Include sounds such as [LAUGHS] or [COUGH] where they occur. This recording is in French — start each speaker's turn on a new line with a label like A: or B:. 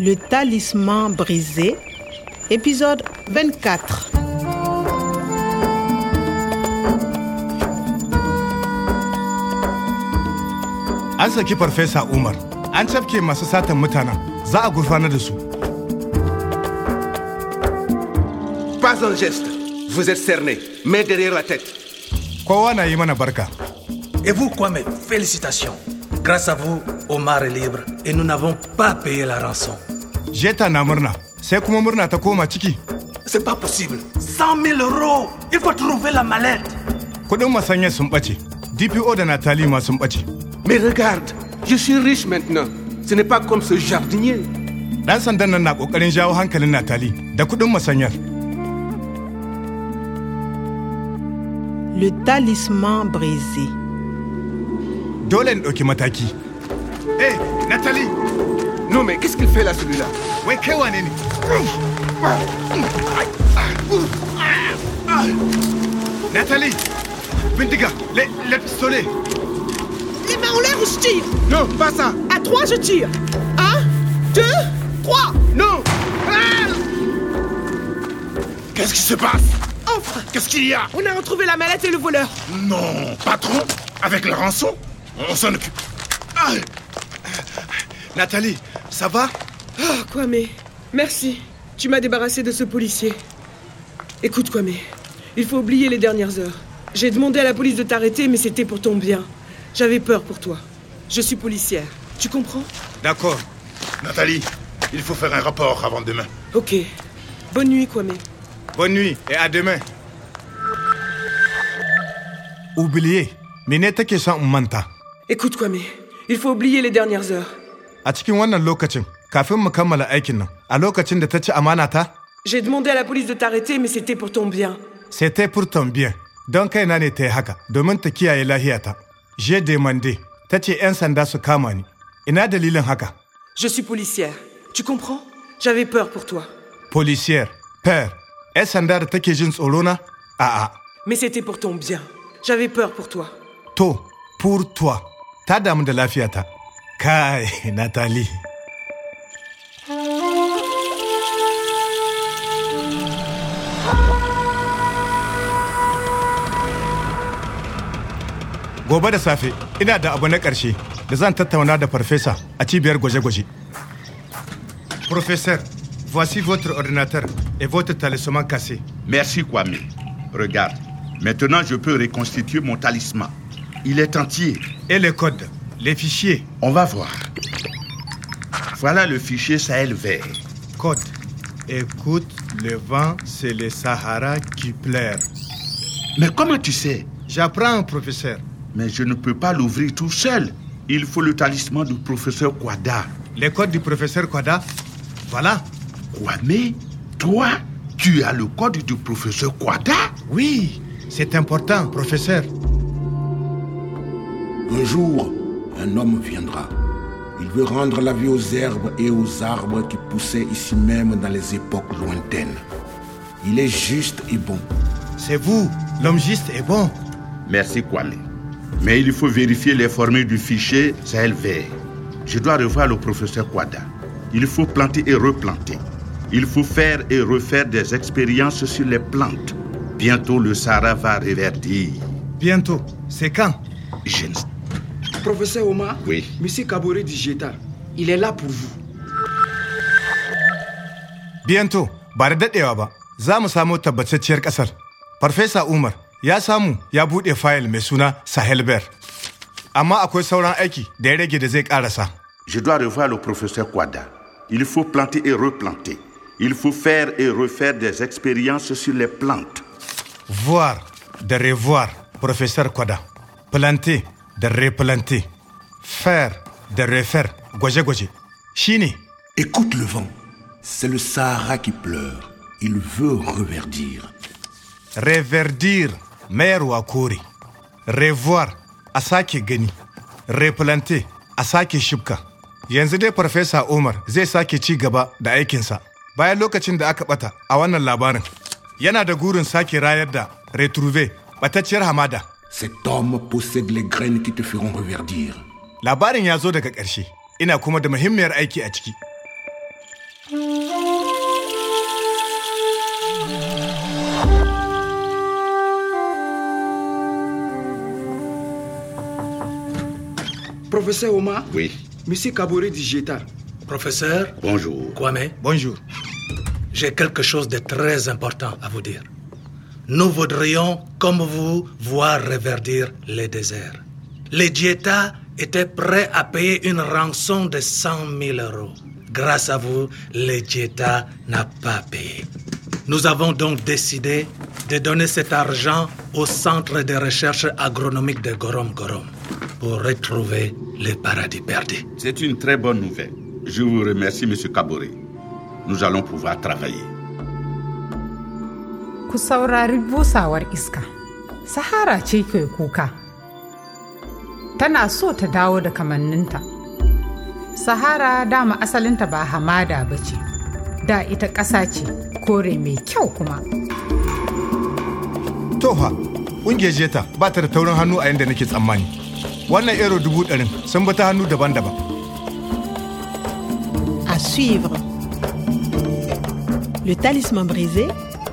A: Le talisman brisé, épisode 24.
B: An saki Farfesa Umar, an cafke masu satan mutanen za a gurfanar da su.
C: Pas un geste. Vous êtes cerné, mais derrière la tête.
B: Kowa na yi mana barka.
D: Et vous, Kwame, félicitations. Grâce à vous, Omar est libre et nous n'avons pas payé la rançon.
B: Jeta na murna, sai kuma murna ta koma ciki.
D: C'est pas possible. 100 000 euros Il faut trouver la mallette
B: Kuɗin masanyar sun ɓace, DPO da Natali ma sun ɓace.
C: Mais regarde, je suis riche maintenant. Ce n'est pas comme ce jardinier.
B: Ɗan sandan nan na ƙoƙarin jawo hankalin Natali da kuɗin masanyar.
A: Le talisman brisé.
B: Dole in ɗauki mataki.
C: Hé, Eh, Nathalie Non, mais qu'est-ce qu'il fait là, celui-là
B: Wai kai wane ne?
C: Nathalie
B: Bindiga, le, le pistolet.
E: Les mains en l'air ben, ou je tire
C: Non, pas ça
E: À trois, je tire. Un, deux, trois.
C: Non Qu'est-ce qui se passe
E: Offre
F: Qu'est-ce qu'il y a
E: On a retrouvé la mallette et le voleur.
F: Non, patron Avec la rançon On s'en occupe. Ah
B: Nathalie, ça va?
E: Oh, Kwame, merci. Tu m'as débarrassé de ce policier. Écoute, Kwame, il faut oublier les dernières heures. J'ai demandé à la police de t'arrêter, mais c'était pour ton bien. J'avais peur pour toi. Je suis policière. Tu comprends
B: D'accord.
F: Nathalie, il faut faire un rapport avant demain.
E: Ok. Bonne nuit, Kwame.
B: Bonne nuit et à demain. Oublié, mene take son in manta?
E: Écoute, Kwame, il faut oublier les dernières heures.
B: A cikin wannan lokacin, kafin mu kammala aikin nan, a lokacin da ta ci amana ta,
E: J'ai demandé à la police de t'arrêter, mais c'était pour ton bien.
B: C'était pour ton bien, don kaina ne ta yi haka, domin ta kiyaye lahiyata. Je demandé, ta ce 'yan sanda su kama ni. Ina dalilin haka?
E: Je suis policière. Tu comprends J'avais peur pour toi.
B: Polisiyar, per, 'yan sanda da take jin tsoro na? A'a.
E: Mais c'était pour ton bien. J'avais peur pour toi.
B: To, pour toi, ta damu da lafiyata. Kai, [LAUGHS] Nathalie. Gobe da safe, ina da abu na ƙarshe da zan tattauna da farfesa a cibiyar gwaje-gwaje. Professeur, voici votre ordinateur et votre talisman cassé.
F: Merci, Kwame. Regarde, maintenant je peux reconstituer mon talisman. Il est entier.
B: Et les codes, les fichiers,
F: On va voir. Voilà le fichier Sahel vert.
B: Côte. Écoute, le vent, c'est le Sahara qui pleure.
F: Mais comment tu sais
B: J'apprends, professeur.
F: Mais je ne peux pas l'ouvrir tout seul. Il faut le talisman du professeur Kwada.
B: Les codes du professeur Kwada, voilà.
F: Kwame, toi, tu as le code du professeur Kwada
B: Oui, c'est important, professeur.
G: Un jour, un homme viendra. Il veut rendre la vie aux herbes et aux arbres qui poussaient ici même dans les époques lointaines. Il est juste et bon.
B: C'est vous, l'homme juste et bon.
F: Merci Kwame. Mais il faut vérifier les formules du fichier Sahel vert. Je dois revoir le professeur Kwada. Il faut planter et replanter. Il faut faire et refaire des expériences sur les plantes. Bientôt le Sahara va reverdir.
B: Bientôt, c'est quand
F: Je ne sais-
H: Professeur Omar,
F: Oui.
H: Monsieur Kabore Digeta, il est là pour vous.
B: Bientôt, ba da daɗewa ba, za mu samo tabbatacciyar ƙasar. Farfesa Umar ya samu ya buɗe fayil mai suna Sahel Bear. Amma akwai sauran aiki da ya rage da zai ƙarasa.
F: Je dois revoir le professeur Kwada. Il faut planter et replanter. Il faut faire et refaire des expériences sur les plantes.
B: Voir de revoir, professeur Kwada. Planter da replanter. Faire da refaire gwaje-gwaje. Shi ne,
G: Écoute le vent. C'est le Sahara qui pleure. Il veut reverdir.
B: reverdir mayarwa kore. Revoir a sake gani. Replanter a sake shibka. Yanzu dai Farfesa Umar zai sake ci gaba da aikinsa. Bayan lokacin da aka bata a wannan labarin, yana da gurin sake rayar da retrouver batacciyar hamada.
G: Cet homme possède les graines qui te feront reverdir.
B: Labarin ya zo daga ƙarshe, ina kuma da muhimmiyar aiki a ciki.
H: Professeur Oma
F: Oui,
H: Monsieur Kabore Digeta.
D: Professeur
F: bonjour.
D: Kwame,
B: Bonjour.
D: j'ai quelque chose de très important à vous dire. Nous voudrions, comme vous, voir reverdir les déserts. Les Dieta étaient prêts à payer une rançon de 100 000 euros. Grâce à vous, les Dieta n'a pas payé. Nous avons donc décidé de donner cet argent au Centre de recherche agronomique de Gorom Gorom pour retrouver le paradis perdu.
F: C'est une très bonne nouvelle. Je vous remercie, Monsieur Kabore. Nous allons pouvoir travailler.
I: Ku saurari busawar iska. Sahara ce ke kuka. Tana so ta dawo da kamanninta. Sahara dama asalinta ba hamada ba ce. Da ita ƙasa ce, kore mai kyau kuma.
B: Tofa, ƙungiyar Jeta ba ta da taurin hannu a yadda nake tsammani. Wannan ero dubu ɗarin sun bi ta hannu daban-daban.
A: À suivre. Le Talisman brisé,